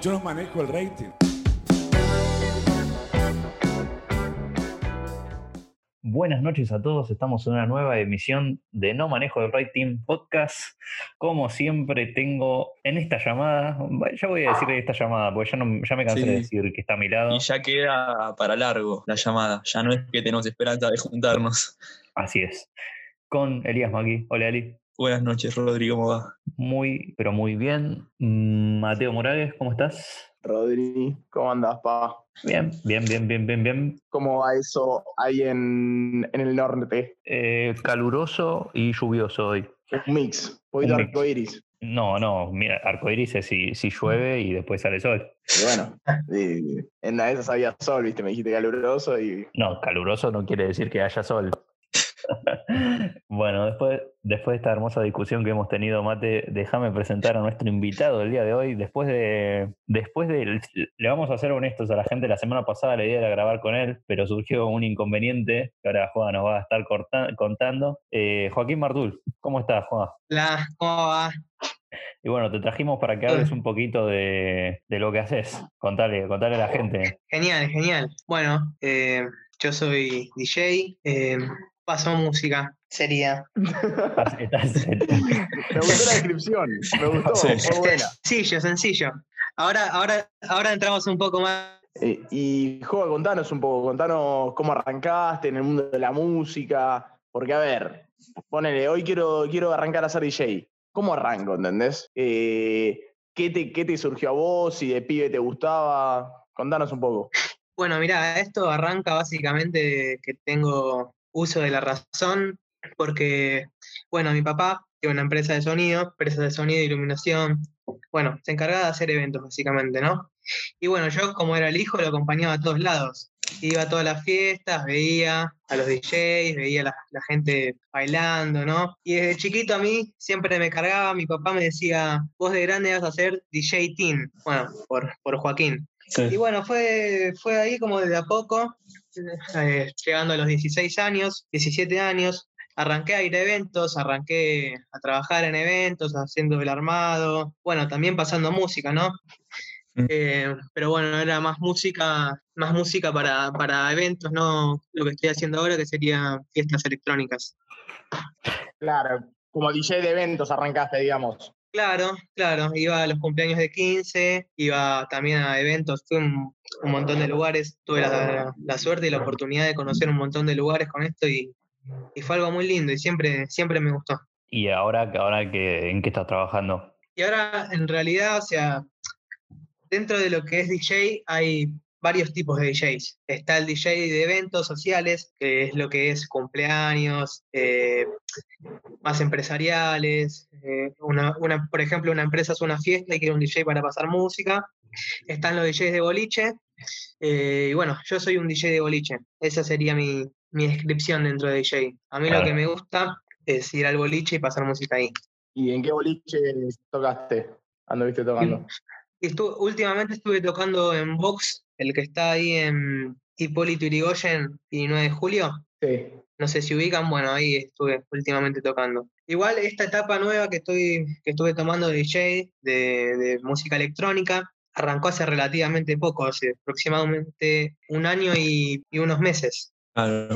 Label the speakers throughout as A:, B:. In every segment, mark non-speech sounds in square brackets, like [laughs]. A: solo manejo el rating.
B: Buenas noches a todos, estamos en una nueva emisión de No Manejo del Right Team Podcast. Como siempre tengo en esta llamada, ya voy a decir esta llamada, porque ya, no, ya me cansé
C: Sí.
B: de decir que está a mi lado.
D: Ah.
C: Y ya queda para largo la llamada. Ya no es que tenemos esperanza de juntarnos. [laughs]
B: Así es. Con Elías Maki. Hola Eli.
C: Buenas noches, Rodrigo, ¿cómo va?
B: Muy, pero muy bien. Mm, Mateo Moragues, ¿cómo estás?
D: Rodri, ¿cómo andás, pa?
B: Bien, bien, bien, bien, bien, bien.
D: ¿Cómo va eso ahí en, en el norte?
B: Eh, caluroso y lluvioso hoy.
D: Un mix, un poquito
B: Un mix.
D: arcoiris.
B: No, no, mira, arcoíris es si, si llueve y después sale sol.
D: Y bueno, y en una de esas había sol, viste, me dijiste caluroso y
B: No, caluroso no quiere decir que haya sol. [laughs] bueno, después, después de esta hermosa discusión que hemos tenido, Mate, déjame presentar a nuestro invitado del día de hoy. Después de. Después de. Le vamos a ser honestos a la gente. La semana pasada la idea era grabar con él, pero surgió un inconveniente que ahora Juan nos va a estar corta- contando. Eh, Joaquín Martul, ¿cómo estás, Juan?
E: La, ¿cómo va?
B: Y bueno, te trajimos para que hables un poquito de, de lo que haces. Contale, contale a la
E: [laughs]
B: gente.
E: Genial, genial. Bueno, eh, yo soy DJ, eh, paso música, sería.
B: Estás- estás-
D: me gustó la descripción, me gustó,
C: Sí.
D: fue buena.
E: Sencillo, sencillo. Ahora, ahora, ahora entramos un poco más.
D: Eh, Y, Joa, contanos un poco, contanos cómo arrancaste en el mundo de la música, porque, a ver, ponele, hoy quiero, quiero arrancar a ser DJ. ¿Cómo arranco, entendés? Eh, ¿qué, te, ¿Qué te surgió a vos? Si de pibe te gustaba, contanos un poco.
E: Bueno, mira, esto arranca básicamente que tengo uso de la razón, porque, bueno, mi papá tiene una empresa de sonido, empresa de sonido, e iluminación, bueno, se encargaba de hacer eventos básicamente, ¿no? Y bueno, yo como era el hijo lo acompañaba a todos lados. Iba a todas las fiestas, veía a los DJs, veía a la, la gente bailando, ¿no? Y desde chiquito a mí siempre me cargaba, mi papá me decía, vos de grande vas a ser DJ Teen, bueno, por, por Joaquín. Y bueno, fue, fue ahí como desde a poco, eh, llegando a los 16 años, 17 años, arranqué a ir a eventos, arranqué a trabajar en eventos, haciendo el armado, bueno, también pasando música, ¿no?
C: Mm.
E: Eh, pero bueno, era más música, más música para, para eventos, no lo que estoy haciendo ahora, que sería fiestas electrónicas.
D: Claro, como DJ de eventos arrancaste, digamos.
E: Claro, claro, iba a los cumpleaños de 15, iba también a eventos, fui a un, un montón de lugares, tuve la, la suerte y la oportunidad de conocer un montón de lugares con esto y, y fue algo muy lindo y siempre, siempre me gustó.
B: y ahora, ahora que, ¿en qué estás trabajando?
E: Y ahora, en realidad, o sea, dentro de lo que es DJ hay varios tipos de DJs. Está el DJ de eventos sociales, que es lo que es cumpleaños, eh, más empresariales. eh, una, una- por ejemplo, una empresa hace una fiesta y quiere un DJ para pasar música. Están los DJs de boliche. eh, y bueno, yo soy un DJ de boliche. Esa sería mi, mi descripción dentro de DJ. A mí lo que
B: Claro.
E: me gusta es ir al boliche y pasar música ahí.
D: ¿Y en qué boliche tocaste? Anduviste tocando.
E: Estu- últimamente estuve tocando en Vox, el que está ahí en Hipólito Yrigoyen y 9 de julio.
D: Sí.
E: No sé si ubican, bueno, ahí estuve últimamente tocando. Igual esta etapa nueva que, estoy, que estuve tomando de DJ, de, de música electrónica, arrancó hace relativamente poco, hace aproximadamente un año y, y unos meses.
C: Claro.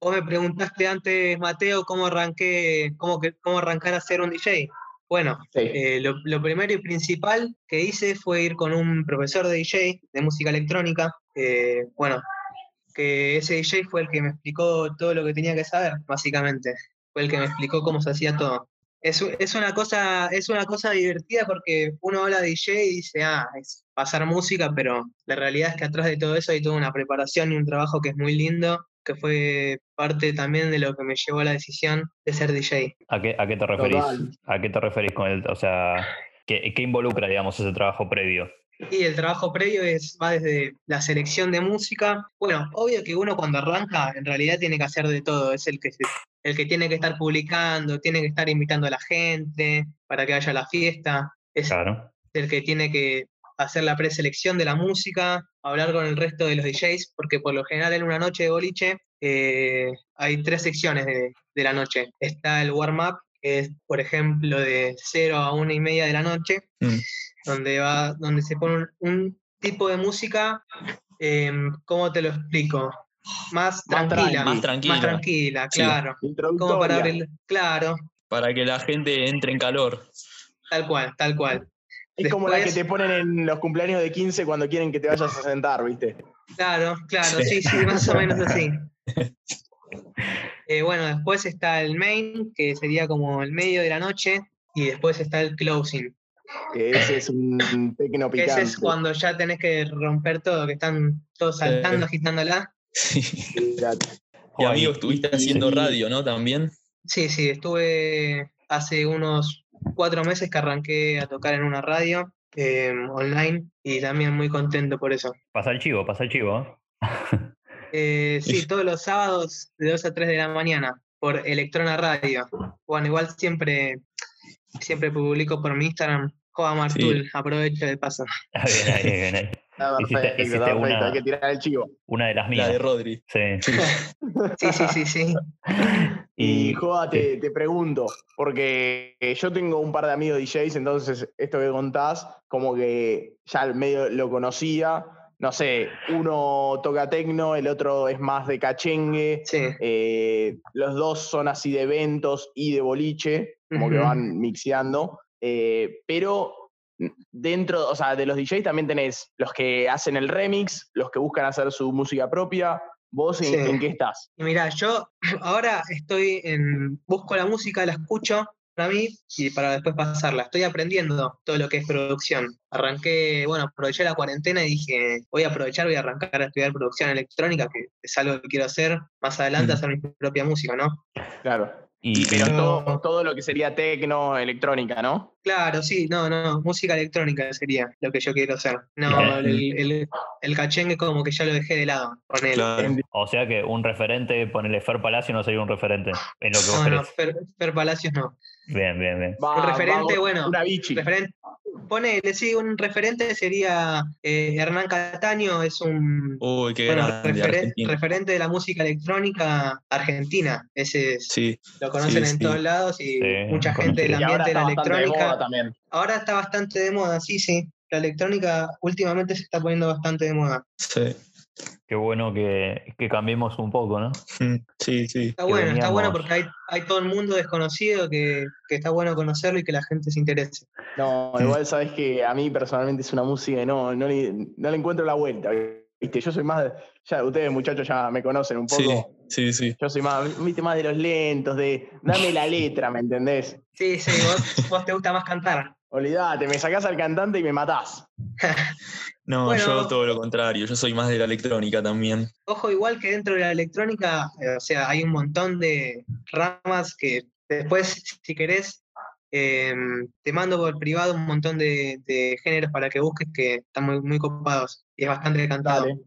E: Vos me preguntaste antes, Mateo, cómo arranqué, cómo, que- cómo arrancar a ser un DJ. Bueno,
D: Sí.
E: eh, lo, lo primero y principal que hice fue ir con un profesor de DJ de música electrónica. eh, bueno, que ese DJ fue el que me explicó todo lo que tenía que saber, básicamente. Fue el que me explicó cómo se hacía todo. Es, u- es una cosa, es una cosa divertida porque uno habla de DJ y dice, ah, es pasar música, pero la realidad es que atrás de todo eso hay toda una preparación y un trabajo que es muy lindo, que fue parte también de lo que me llevó a la decisión de ser DJ.
B: ¿A qué, a qué te referís?
D: Total.
B: ¿A qué te referís con el, o sea, qué, qué involucra, digamos, ese trabajo previo?
E: Y el trabajo previo es, va desde la selección de música. Bueno, obvio que uno cuando arranca en realidad tiene que hacer de todo. Es el que, se- el que tiene que estar publicando, tiene que estar invitando a la gente para que vaya a la fiesta. Es
B: Claro.
E: el que tiene que hacer la preselección de la música, hablar con el resto de los DJs, porque por lo general en una noche de boliche eh, hay tres secciones de, de la noche. Está el warm-up, que es por ejemplo de 0 a 1 y media de la noche.
C: Mm.
E: donde, va, donde se pone un, un tipo de música, em, ¿cómo te lo explico? Más tranquila.
C: Más tranquila.
E: Más tranquila,
C: Sí.
E: claro. Como para
D: Introductoria.
E: abrir, claro,
C: Para que la gente entre en calor. [laughs]
E: tal cual, tal cual.
D: Es como la que
E: Después-
D: te ponen en los cumpleaños de 15 cuando quieren que te vayas a sentar, ¿viste?
E: Claro, claro, sí, sí, más o menos
C: [laughs]
E: así. Eh, bueno, después está el main, que sería como el medio de la noche, y después está el closing,
D: Que ese es un tecno
E: que
D: picante.
E: ese es cuando ya tenés que romper todo, que están todos saltando, agitándola.
C: Sí.
D: Fíjate.
C: Y
B: Joder,
C: amigo, estuviste haciendo radio, ¿no? También.
E: Sí, sí, estuve hace unos cuatro meses que arranqué a tocar en una radio eh, online y también muy contento por eso.
B: Pasa el chivo, pasa el chivo. [laughs] ¿eh?
E: Eh, sí, todos los sábados de 2 a 3 de la mañana por Electrona Radio. Bueno, igual siempre, siempre publico por mi Instagram, Joa Martul, aprovecho de paso.
B: Ah, Bien ahí, bien ahí.
D: Está perfecto,
B: Hiciste- hiciste
D: está perfecto,
B: una-
D: Hay que tirar el chivo.
B: Una de las
C: La de
B: mías.
C: Rodri.
B: Sí.
E: Sí, sí, sí, sí.
D: Y
B: Y
D: Joda, te, te pregunto, porque eh, yo tengo un par de amigos DJs, entonces esto que contás, como que ya al medio lo conocía. No sé, uno toca tecno, el otro es más de cachengue.
E: sí.
D: eh, los dos son así de eventos y de boliche, como que
E: Ujú.
D: van mixeando. eh, pero dentro, o sea, de los DJs también tenés los que hacen el remix, los que buscan hacer su música propia. ¿Vos en-
E: Sí.
D: en qué estás?
E: Y mirá, yo [laughs] ahora estoy en. Busco la música, la escucho para mí y para después pasarla. Estoy aprendiendo todo lo que es producción. Arranqué, bueno, aproveché la cuarentena y dije, voy a aprovechar, voy a arrancar a estudiar producción electrónica, que es algo que quiero hacer más adelante,
C: Mm.
E: hacer mi propia música, ¿no?
D: Claro.
B: y-
D: Pero
E: Pero-
D: todo, todo lo que sería tecno, electrónica, ¿no?
E: Claro, sí, no, no, música electrónica sería lo que yo quiero hacer. No,
B: Bien.
E: el, el, el cachengue como que ya lo dejé de lado con él.
C: Claro.
B: o sea que un referente, ponele Fer Palacio, no sería un referente en lo que vos
E: Ah, No, no,
B: querés.
E: Fer, Fer Palacios no.
B: Bien, bien, bien.
D: Va-
E: Un referente,
D: va-
E: bueno,
D: Una bichi.
E: Referen- ponele, sí, un referente sería eh, Hernán Cataño, es un
C: Uy, Oh, qué
E: bueno,
C: grande.
E: referen-
C: Argentina.
E: referente de la música electrónica argentina. Ese es-
C: Sí.
E: lo conocen
C: sí, sí.
E: en todos lados y
B: Sí,
E: mucha
B: conocido.
E: gente
D: Y
E: del
D: ahora
E: ambiente de
D: está
E: la
D: bastante de
E: electrónica.
D: moda también.
E: ahora está bastante de moda, sí, sí. La electrónica últimamente se está poniendo bastante de moda.
C: Sí.
B: Qué bueno que, que cambiemos un poco, ¿no?
C: Mm, Sí, sí.
E: Está
B: que
E: bueno, está bueno
B: veníamos-
E: porque hay, hay todo el mundo desconocido que, que está bueno conocerlo y que la gente se interese.
D: No,
C: Sí.
D: igual sabes que a mí personalmente es una música que no, no, le, no le encuentro la vuelta. ¿viste? Yo soy más. de- Ya, ustedes, muchachos, ya me conocen un poco.
C: Sí, sí, sí.
D: Yo soy más, viste, más de los lentos, de dame la letra, ¿me entendés?
E: Sí, sí, vos, vos te gusta más cantar.
D: Olvídate, me sacás al cantante y me matás.
C: No,
E: Bueno.
C: yo todo lo contrario. Yo soy más de la electrónica también. [laughs]
E: Ojo, igual que dentro de la electrónica, eh, o sea, hay un montón de ramas que después, si querés, em, te mando por privado un montón de, de géneros para que busques que están muy, muy copados y es bastante cantado.
D: Dale.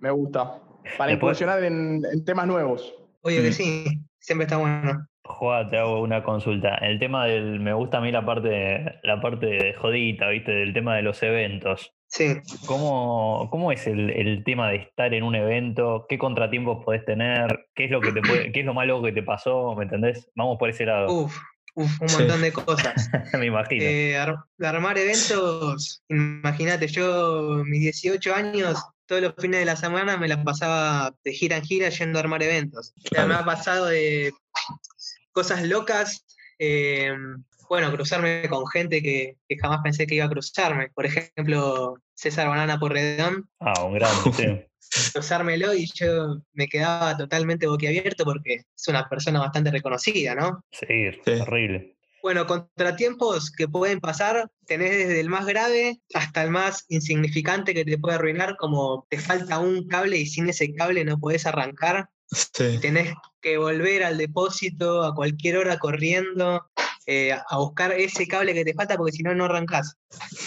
D: Me gusta. Para
B: Después-
D: incursionar en, en temas nuevos.
E: Obvio que
C: Mm.
E: sí, siempre está bueno.
B: Joa, te hago una consulta. El tema del. Me gusta a mí la parte, la parte de jodita, ¿viste? Del tema de los eventos.
E: Sí.
B: ¿Cómo, cómo es el, el tema de estar en un evento? ¿Qué contratiempos podés tener? ¿Qué es lo que te puede- qué es lo malo que te pasó? ¿Me entendés? Vamos por ese lado.
E: Uf, uf, un
C: Sí.
E: montón de cosas.
B: [laughs] Me imagino.
E: Eh, ar- de armar eventos, imagínate, yo mis 18 años, todos los fines de la semana me las pasaba de gira en gira yendo a armar eventos. O sea, me
C: Claro.
E: ha pasado de cosas locas, eh, bueno, cruzarme con gente que, que jamás pensé que iba a cruzarme. Por ejemplo, César Banana Porredón,
B: ah, un gran. sí.
E: cruzármelo y yo me quedaba totalmente boquiabierto porque es una persona bastante reconocida, ¿no?
B: Sí,
C: Sí.
B: horrible.
E: Bueno, contratiempos que pueden pasar, tenés desde el más grave hasta el más insignificante que te puede arruinar, como te falta un cable y sin ese cable no podés arrancar,
C: Sí.
E: tenés que volver al depósito a cualquier hora corriendo eh, a buscar ese cable que te falta porque si no, no arrancás.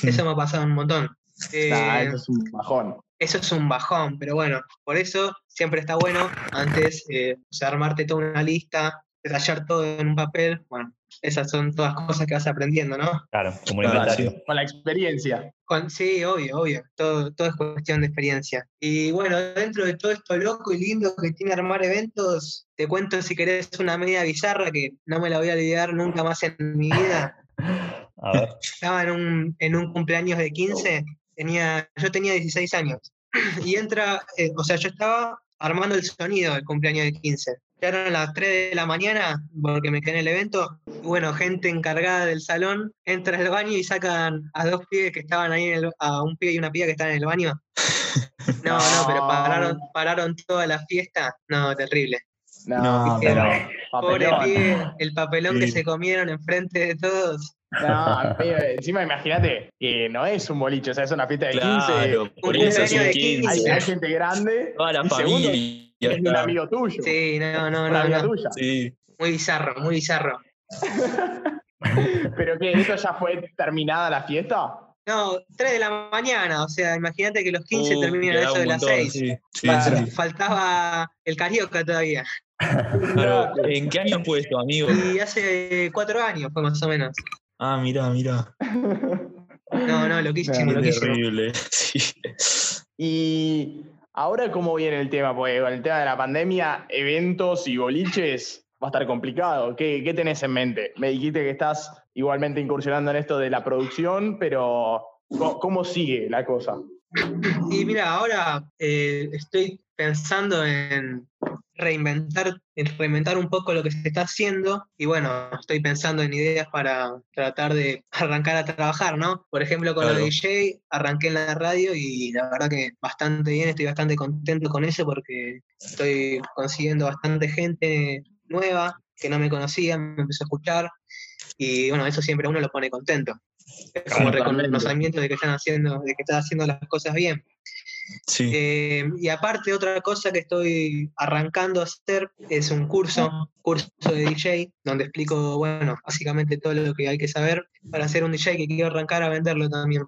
E: Eso me ha pasado un montón. Eh,
D: Nah, Ah, eso es un bajón.
E: eso es un bajón, pero bueno, por eso siempre está bueno antes eh, o sea, armarte toda una lista, detallar todo en un papel. Bueno, esas son todas cosas que vas aprendiendo, ¿no?
B: Claro, como un
C: Claro,
B: inventario.
D: Con la experiencia.
E: Con- sí, obvio, obvio, todo, todo es cuestión de experiencia. Y bueno, dentro de todo esto loco y lindo que tiene armar eventos, te cuento si querés una media bizarra que no me la voy a olvidar nunca más en mi vida.
B: A ver.
E: Estaba en un, en un cumpleaños de 15, tenía, yo tenía 16 años. [clears throat] Y entra, eh, o sea, yo estaba armando el sonido del cumpleaños de 15. Llegaron a las 3 de la mañana, porque me quedé en el evento. y Bueno, gente encargada del salón entra al baño y sacan a dos pibes que estaban ahí, en el- a un pibe y una piba que estaban en el baño. No, no, pero pararon, pararon toda la fiesta. No, terrible.
D: No,
C: No,
D: pero.
E: Pobre
D: papelón.
E: pibe, el papelón que
C: Sí.
E: se comieron enfrente de todos.
D: No, amigo, encima imagínate que no es un boliche, o sea, es una fiesta de 15.
C: Claro, por
E: Un
C: eso es
E: cumpleaños de
C: un
E: 15.
D: Hay,
C: 15.
D: hay gente grande.
C: Toda la
D: y segundo,
C: familia.
D: es un amigo tuyo.
E: Sí, no, no,
D: una
E: no,
D: amiga
E: no.
D: tuya.
C: Sí.
E: Muy bizarro, muy bizarro.
D: Pero que esto ya fue terminada la fiesta.
E: No, 3 de la mañana, o sea, imagínate que los 15
C: Uh,
E: terminan
C: quedaba
E: eso
C: un
E: de las
C: montón,
E: 6.
C: Sí, sí,
D: Claro.
C: sí.
E: Faltaba el carioca todavía.
C: Claro, ¿En qué año han puesto, amigo?
E: Y hace 4 años fue más o menos.
C: Ah, mirá, mirá.
E: No, no, loquísimo,
D: Nah,
C: Qué [laughs]
E: loquísimo.
C: terrible. Sí.
D: Y ahora, ¿cómo viene el tema? Porque con el tema de la pandemia, eventos y boliches va a estar complicado. ¿Qué, qué tenés en mente? Me dijiste que estás igualmente incursionando en esto de la producción, pero ¿cómo, cómo sigue la cosa?
E: Y mira, ahora eh, estoy pensando en reinventar, en reinventar un poco lo que se está haciendo y bueno, estoy pensando en ideas para tratar de [laughs] arrancar a trabajar, ¿no? Por ejemplo, con lo
C: Claro.
E: de DJ arranqué en la radio y la verdad que bastante bien, estoy bastante contento con eso porque estoy consiguiendo bastante gente nueva que no me conocía, me empezó a escuchar y bueno, eso siempre a uno lo pone contento. Es como
D: Exactamente.
E: reconocimiento de que están haciendo, de que están haciendo las cosas bien.
C: Sí.
E: Eh, y aparte, otra cosa que estoy arrancando a hacer es un curso, curso de DJ, donde explico, bueno, básicamente todo lo que hay que saber para ser un DJ que quiero arrancar a venderlo también.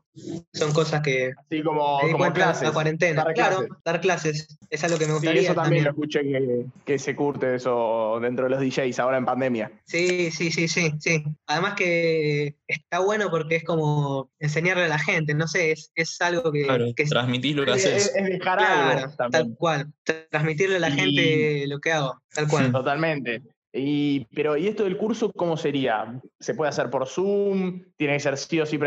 E: Son cosas que
D: Así como,
E: me di
D: como en
E: cuenta en
D: clases.
E: la cuarentena.
D: dar
E: claro,
D: clases.
E: dar clases. Es algo que me
D: Sí,
E: gustaría
D: eso también
E: también.
D: lo escuché que, que se curte eso dentro de los DJs ahora en pandemia.
E: Sí, sí, sí, sí, sí. Además que está bueno porque es como enseñarle a la gente, no sé, es, es algo que,
C: Claro,
E: que es- eh,
C: transmitís lo que
D: Es,
C: haces.
D: es dejar
E: claro,
D: algo
E: tal
D: también.
E: cual. Transmitirle a la
D: Y-
E: gente lo que hago, tal cual.
D: Totalmente. Y, pero, ¿y esto del curso cómo sería? ¿Se puede hacer por Zoom? ¿Tiene que ser sí o sí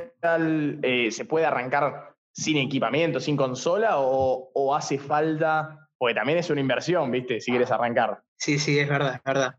D: presencial? Eh, ¿Se puede arrancar sin equipamiento, sin consola? O, o hace falta? Porque también es una inversión, ¿viste? Si quieres arrancar.
E: Sí, sí, es verdad, es verdad.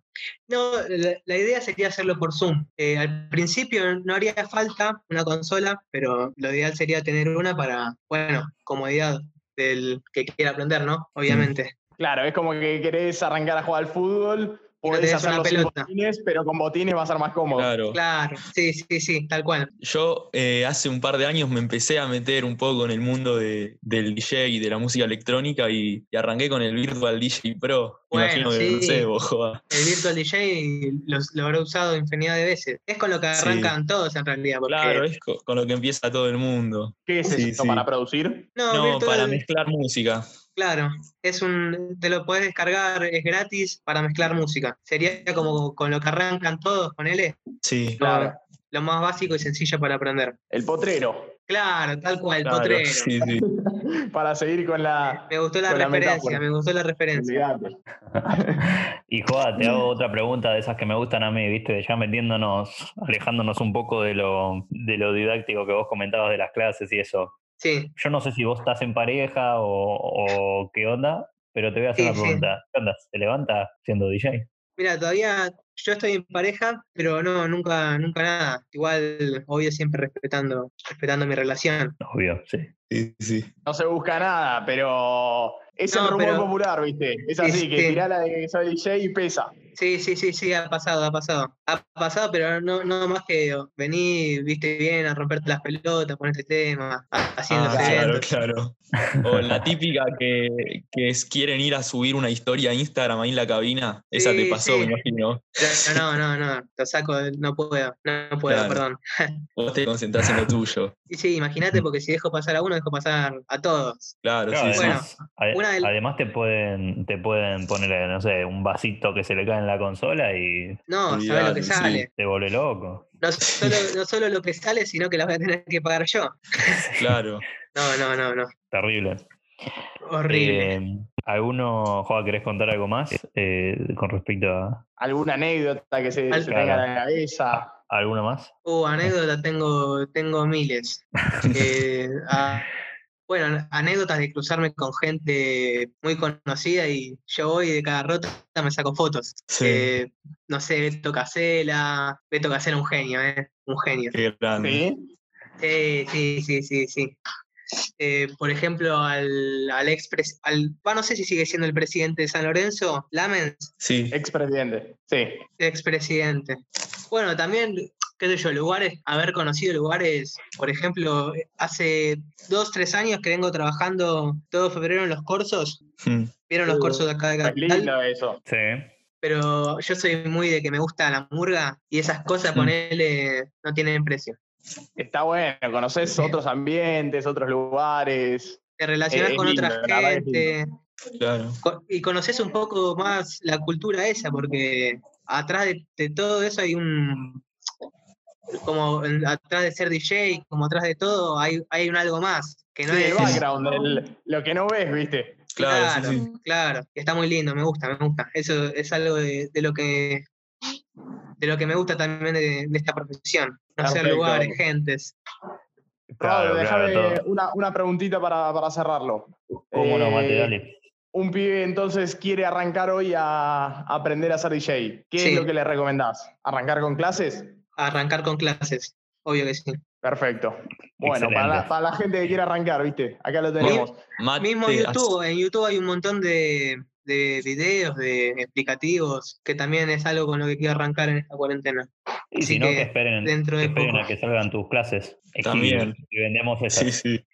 E: No, la, la idea sería hacerlo por Zoom. Eh, al principio no haría falta una consola, pero lo ideal sería tener una para, bueno, comodidad del que quiera aprender,
C: Mm.
E: ¿no? Obviamente.
D: Claro, es como que querés arrancar a jugar al fútbol, podés
E: tenés
D: hacerlo
E: una
D: sin
E: pelota.
D: botines, pero con botines va a ser más cómodo.
C: Claro.
E: Claro, sí, sí, sí, tal cual.
C: Yo eh, hace un par de años me empecé a meter un poco en el mundo de- del DJ y de la música electrónica y, y arranqué con el Virtual DJ Pro. Me
E: Bueno,
C: Imagino que no
E: sí.
C: sé, vos, joda.
E: El Virtual DJ lo, lo habrá usado infinidad de veces. Es con lo que
C: Sí.
E: arrancan todos en realidad. Porque,
C: Claro, es co- con lo que empieza todo el mundo.
D: ¿Qué es
C: Sí,
D: eso
C: sí.
D: para producir?
E: No,
C: No,
E: Virtual,
C: para mezclar música.
E: claro. Es un, te lo puedes descargar, es gratis para mezclar música. Sería como con lo que arrancan todos, ponele.
C: Sí.
E: Claro.
D: Claro.
E: lo más básico y sencillo para aprender.
D: El potrero.
E: Claro, tal cual,
C: claro,
E: potrero.
C: sí, sí.
D: Para seguir con la.
E: Me gustó la
D: Con la
E: referencia,
D: metáfora.
E: me gustó la referencia.
D: Olvidate.
B: Y Joa, te hago otra pregunta de esas que me gustan a mí, viste, ya metiéndonos, alejándonos un poco de lo, de lo didáctico que vos comentabas de las clases y eso.
E: Sí,
B: Yo no sé si vos estás en pareja o, o qué onda, pero te voy a hacer
E: Sí,
B: una
E: sí.
B: pregunta. ¿Qué onda? ¿Te levantas siendo DJ?
E: mira, todavía yo estoy en pareja, pero no, nunca, nunca nada. Igual, obvio, siempre respetando, respetando mi relación.
B: Obvio, sí.
C: sí, sí.
D: No se busca nada, pero es el
E: No,
D: rumor
E: pero- este
D: popular, ¿viste? Es
E: Sí,
D: así,
E: sí.
D: que tirá la de que soy DJ y pesa.
E: Sí, sí, sí, sí, ha pasado, ha pasado. Ha pasado, pero no, no más que oh, vení, viste bien, a romperte las pelotas, con este tema, a- haciendo
C: Ah,
E: los
C: claro,
E: eventos.
C: claro. O la típica que, que es- quieren ir a subir una historia a Instagram ahí en la cabina. Esa
E: Sí,
C: te pasó,
E: sí.
C: me imagino.
E: Pero no, no, no, lo saco, no puedo, no, no puedo,
C: Claro.
E: perdón.
C: Vos te concentrás en lo tuyo.
E: Y sí,
C: Mm.
E: imagínate, porque si dejo pasar a uno, dejo pasar a todos.
C: Claro,
B: Claro,
C: sí,
E: Bueno,
C: sí.
B: Ade-
E: Una de-
B: Además te pueden, te pueden poner, eh, no sé, un vasito que se le cae en la consola y
E: no, sabés lo que
C: Olvidate, sí.
E: sale.
B: te vuelve loco.
C: [laughs]
E: No solo, no solo lo que sale, sino que las voy a tener que pagar yo.
C: Claro.
E: No, no, no, no.
B: Terrible.
E: Horrible.
B: Eh, ¿Alguno, Joa, querés contar algo más eh, con respecto a...?
D: Alguna anécdota que se,
E: Al-
D: se tenga en la cabeza.
B: ¿Alguna más?
E: Uh, anécdotas tengo, tengo
C: [laughs]
E: miles. Eh, ah, bueno, anécdotas de cruzarme con gente muy conocida y yo voy y de cada rota me saco fotos.
C: Sí.
E: Eh, no sé, Beto Casela, Beto Casela un genio, ¿eh? Un genio.
C: Qué grande.
D: Sí.
E: Sí, sí, sí, sí, sí. Eh, por ejemplo, al, al ex pres- al, bah, no sé si sigue siendo el presidente de San Lorenzo, Lamens,
C: Sí.
D: Expresidente. Sí.
E: expresidente. Bueno, también, qué sé yo, lugares, haber conocido lugares, por ejemplo, hace dos, tres años que vengo trabajando todo febrero en los corsos,
C: Mm.
E: vieron los corsos de acá de
D: Uh, Es
E: Capital,
D: lindo eso.
B: Sí.
E: Ah, pero yo soy muy de que me gusta la murga y esas cosas,
C: Mm.
E: ponele, no tienen precio.
D: Está bueno, conoces
E: Sí.
D: otros ambientes, otros lugares.
E: Te relacionas
D: es
E: con
D: lindo,
E: otra
D: la verdad que es lindo.
E: gente.
C: Claro.
E: Co- y conoces un poco más la cultura esa, porque atrás de, de todo eso hay un. Como en- atrás de ser DJ, como atrás de todo, hay, hay un algo más. Que no
D: Sí,
E: es.
D: el background, el- lo que no ves, viste.
C: Claro, sí, sí.
E: Claro, claro. Está muy lindo, me gusta, me gusta. Eso es algo de, de lo que. De lo que me gusta también de, de esta profesión. Conocer
D: Perfecto.
E: lugares, gentes.
B: Claro,
D: Claro,
B: claro, todo.
D: una, una preguntita para, para cerrarlo.
B: ¿Cómo no, Mate?
D: Eh,
B: Dale.
D: Un pibe entonces quiere arrancar hoy a aprender a ser DJ. ¿Qué
E: Sí.
D: es lo que le recomendás? ¿Arrancar con clases?
E: Arrancar con clases. Obvio que sí.
D: Perfecto. Bueno,
B: Excelente.
D: para la, para la gente que quiere arrancar, ¿viste? Acá lo tenemos.
C: Mate,
E: Mismo
C: hace-
E: YouTube, en YouTube hay un montón de, de videos, de explicativos, que también es algo con lo que quiero arrancar en esta cuarentena.
B: Y
E: así
B: si no,
E: que
B: que esperen,
E: dentro
B: que
E: de
B: esperen
E: poco.
B: a que salgan tus clases.
C: También.
B: Exhiben Y vendemos esas.
C: Sí, sí.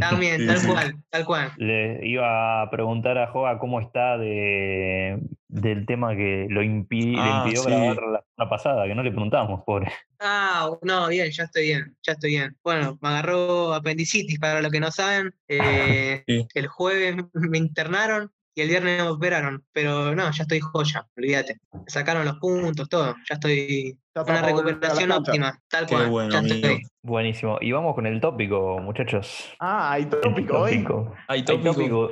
E: También,
C: Sí,
E: tal
C: sí.
E: cual, tal cual.
B: Le iba a preguntar a Joa cómo está de, del tema que lo impi-
C: Ah,
B: le impidió
C: sí.
B: grabar la semana pasada, que no le preguntamos, pobre.
E: Ah, no, bien, ya estoy bien, ya estoy bien. Bueno, me agarró apendicitis, para los que no saben. eh,
C: Sí.
E: El jueves me internaron y el viernes me operaron, pero no, ya estoy joya, olvídate. Me sacaron los puntos, todo, ya estoy...
D: Ya está
E: Una
D: para volver a la
E: recuperación
D: cancha.
E: óptima, tal
C: Qué
E: cual,
C: bueno,
E: ya
C: amigo.
E: estoy.
B: Buenísimo. Y vamos con el tópico, muchachos.
D: Ah, hay
B: El
D: tópico hoy.
C: Hay
B: Hay
C: tópico.
B: tópico.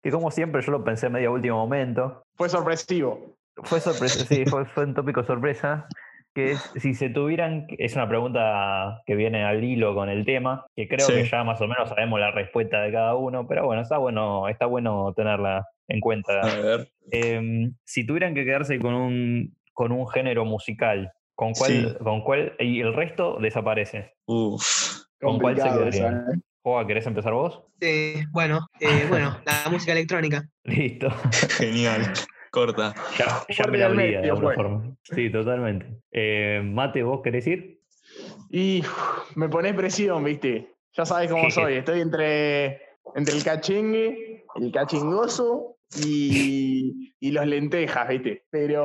B: Que como siempre yo lo pensé medio a último momento.
D: Fue sorpresivo.
B: Fue sorpresa, sí, fue, fue un tópico sorpresa. Que es, si se tuvieran, es una pregunta que viene al hilo con el tema, que creo que
C: Sí.
B: ya más o menos sabemos la respuesta de cada uno, pero bueno, está bueno, está bueno tenerla en cuenta.
C: A ver.
B: Em, si tuvieran que quedarse con un, con un género musical, ¿con cuál,
C: Sí.
B: con cuál, y el resto desaparece?
C: Uf. [laughs]
B: ¿Con cuál se
D: Complicado
B: quedaría?
D: esa, ¿eh?
B: Joa, ¿querés empezar vos? [laughs]
E: Eh, bueno, eh, bueno, la música electrónica.
B: Listo.
C: Genial. Corta.
B: [laughs] Ya, ya me la
D: Fuerte y al
B: olía de
D: medio
B: alguna
D: fue.
B: forma. Sí, totalmente. Eh, Mate, ¿vos querés ir?
D: Y uf, me pones presión, viste. Ya sabes cómo soy. Estoy entre, entre el cachengue, el cachingoso y, y los lentejas, viste. Pero.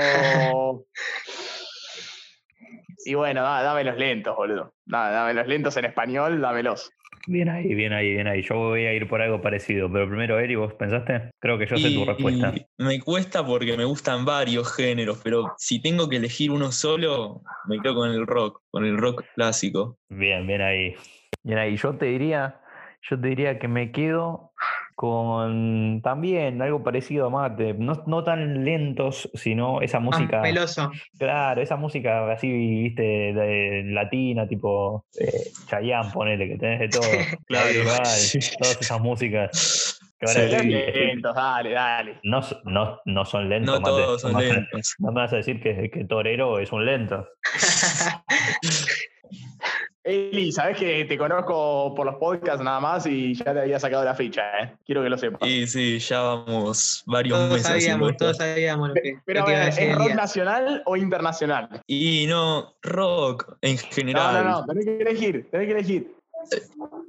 D: Y bueno, da- dame los lentos, boludo. Da- dame los lentos en español, dámelos.
B: Bien ahí, bien ahí, bien ahí. Yo voy a ir por algo parecido, pero primero, Eri, ¿vos pensaste? Creo que yo sé tu
C: Y-
B: respuesta.
C: y Me cuesta porque me gustan varios géneros, pero si tengo que elegir uno solo, me quedo con el rock, con el rock clásico.
B: Bien, bien ahí. Bien ahí. Yo te diría, yo te diría que me quedo con también algo parecido a Mate. No, no tan lentos, sino esa
E: Más
B: música.
E: meloso.
B: Claro, esa música así, viste, de- latina, tipo eh, Chayanne, ponele, que tenés de
C: [laughs]
B: todo. Claudio Val,
C: Sí.
B: Todas esas músicas. que ahora
C: Sí.
B: estoy- estoy-
D: Lentos, dale, dale.
B: eh, no, s- no, no son lentos,
C: No
B: Mate.
C: todos son
B: Vas a-
C: lentos.
B: No me vas a decir que, que Torero es un lento.
D: Eli, sabes que te conozco por los podcasts nada más y ya te había sacado la ficha, ¿eh? Quiero que lo sepas.
C: Y sí, ya vamos varios
E: Todos
C: meses. haciendo
E: sabíamos,
C: esto.
E: todos sabíamos lo que,
D: Pero
E: lo
D: a
E: que iba a
D: ver,
E: decir.
D: ¿es rock
E: Elías.
D: nacional o internacional?
C: Y no, rock en
D: No,
C: general.
D: no, no, tenés que elegir, tenés que elegir.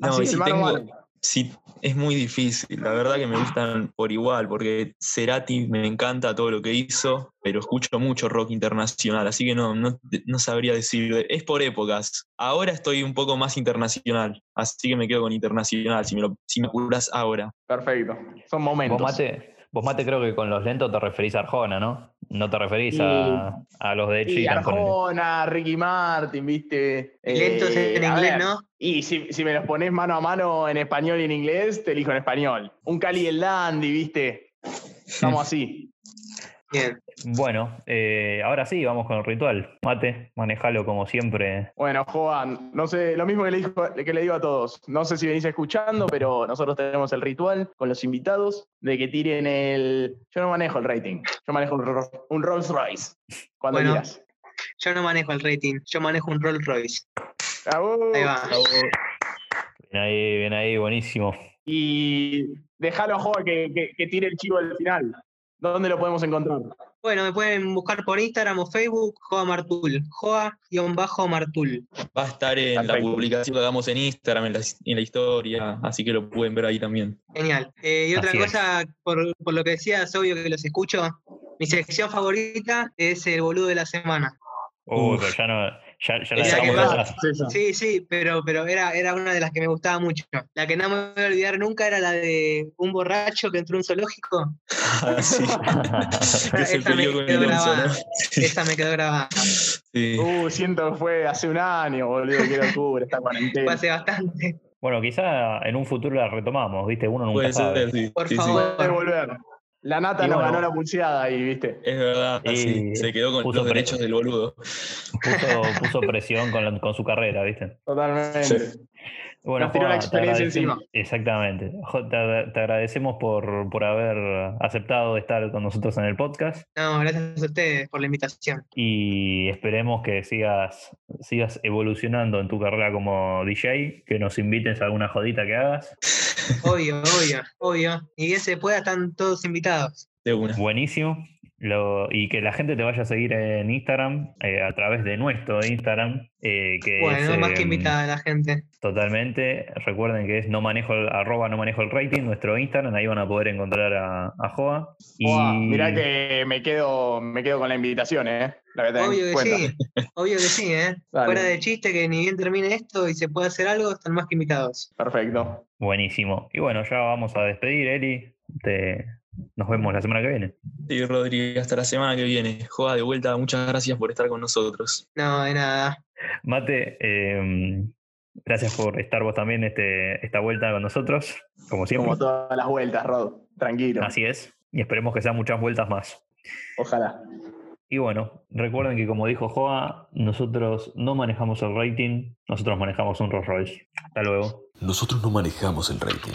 C: No,
D: Así,
C: y si
D: mano a
C: tengo-
D: mano.
C: si- es muy difícil. La verdad que me gustan por igual, porque Cerati me encanta todo lo que hizo, pero escucho mucho rock internacional, así que no, no, no sabría decir. Es por épocas. Ahora estoy un poco más internacional, así que me quedo con internacional, si me, lo, si me apuras ahora.
D: Perfecto. Son
B: Vos
D: momentos.
B: mate, vos mate creo que con los lentos te referís a Arjona, ¿no? No te referís a, a los de
D: Y
B: Chican. ponele.
D: Arjona, Ricky Martin, viste. Eh,
E: Lentos en
D: a
E: inglés,
D: ver,
E: ¿no?
D: Y si, si me los pones mano a mano en español y en inglés, te elijo en español. Un Cali y el Dandy, viste. Estamos así.
E: Bien.
B: Bueno, eh, ahora sí, vamos con el ritual. Mate, manejalo como siempre.
D: Bueno, Joan, no sé, lo mismo que le, dijo- que le digo a todos. No sé si venís escuchando, pero nosotros tenemos el ritual con los invitados de que tiren el. Yo no manejo el rating, yo manejo un, Ro- un Rolls Royce. Cuando
E: Bueno.
D: quieras.
E: Yo no manejo el rating, yo manejo un Rolls Royce.
D: ¡Bravo!
E: Ahí va.
B: Bien ahí, bien ahí, buenísimo.
D: Y dejalo a Joan que, que- que tire el chivo del final. ¿Dónde lo podemos encontrar?
E: Bueno, me pueden buscar por Instagram o Facebook, Joa Martul. Joa-Martul.
C: Va a estar en
D: Perfecto.
C: la publicación que hagamos en Instagram, en la, en la historia, así que lo pueden ver ahí también. [laughs]
E: Genial. Eh, y otra
B: Así es.
E: cosa, por, por lo que decías, obvio que los escucho. Mi sección favorita es el boludo de la semana.
B: Uy,
C: Uf.
B: pero ya no. Ya, ya la
E: Esa que
B: dejamos
D: Ah,
E: va.
B: atrás.
E: Sí, sí, pero, pero era, era una de las que me gustaba mucho. La que no me voy a olvidar nunca era la de un borracho que entró a un zoológico.
B: [laughs]
C: Así. Ah, que se
E: Esa me
C: peleó con
E: quedó
C: el oso,
E: grabada.
C: ¿no? Sí.
E: Esa me quedó grabada.
C: Sí.
D: Uh, siento que fue hace un año, boludo, que era octubre, esta
E: Fue
D: cuarentena.
E: hace bastante.
B: Bueno, quizá en un futuro la retomamos, ¿viste? Uno nunca
C: Puede
B: sabe.
C: ser, sí.
E: Por
C: sí, sí.
E: favor.
D: Puede volver. La nata
B: Y
D: nos
B: bueno.
D: ganó la pulseada ahí, ¿viste?
C: Es verdad,
B: Y
C: sí, se quedó con
B: puso
C: los
B: pre-
C: derechos del boludo.
B: Puso, puso presión con, la- con su carrera, ¿viste?
D: Totalmente.
C: Sí.
B: Bueno,
D: Nos tiró la
B: Juan, te
D: experiencia
B: agradecemos-
D: encima.
B: Exactamente. Jo, Te, agra- te agradecemos por, por haber aceptado estar con nosotros en el podcast
E: No, gracias a ustedes por la invitación.
B: y esperemos que sigas, sigas evolucionando en tu carrera como DJ, que nos invites a alguna jodita que hagas.
E: Obvio, obvio, obvio. Y bien se pueda, están todos invitados.
C: De una.
B: Buenísimo. Lo- y que la gente te vaya a seguir en Instagram eh, a través de nuestro Instagram. eh, que
E: Bueno,
B: es,
E: más que
B: em,
E: invitada la gente.
B: Totalmente. Recuerden que es no manejo el, arroba no manejo el rating, nuestro Instagram, ahí van a poder encontrar a, a Joa. Y
D: Buah, mirá que me quedo, me quedo con la invitación, ¿eh? La voy a tener en
E: Obvio que
D: cuenta.
E: sí, obvio que sí, ¿eh?
D: Dale.
E: Fuera de chiste, que ni bien termine esto y se pueda hacer algo, están más que invitados.
D: Perfecto.
B: buenísimo. Y bueno, ya vamos a despedir, Eli. Te- nos vemos la semana que viene.
C: Sí, Rodríguez, hasta la semana que viene. Joda, de vuelta, muchas gracias por estar con nosotros.
E: No, de nada.
B: Mate, eh, gracias por estar vos también este, esta vuelta con nosotros, como siempre.
D: Como todas las vueltas, Rod. Tranquilo.
B: Así es. Y esperemos que sean muchas vueltas más.
D: Ojalá.
B: Y bueno, recuerden que como dijo Joa, nosotros no manejamos el rating, nosotros manejamos un Rolls Royce. Hasta luego.
A: Nosotros no manejamos el rating.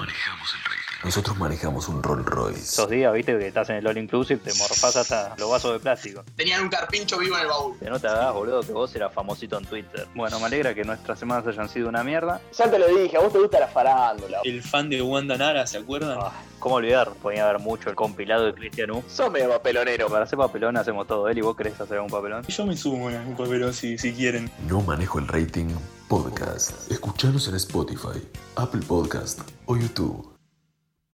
A: Nosotros manejamos un Rolls Royce.
B: Esos días, viste, que estás en el All Inclusive, te morfás hasta los vasos de plástico.
D: Tenían un carpincho vivo en el baúl.
B: Te no te hagas, boludo, que vos eras famosito en Twitter. Bueno, me alegra que nuestras semanas hayan sido una mierda.
D: Ya te lo dije, a vos te gusta la farándula.
C: El fan de Wanda Nara, ¿se acuerdan?
B: Ah, ¿Cómo olvidar? Podía haber mucho el compilado de Cristian U.
D: Sos medio papelonero.
B: Para hacer papelón hacemos todo. Eli, ¿vos querés hacer un papelón?
C: Yo me sumo en un papelón si, si quieren.
A: No manejo el rating podcast. Escuchanos en Spotify, Apple Podcast o YouTube.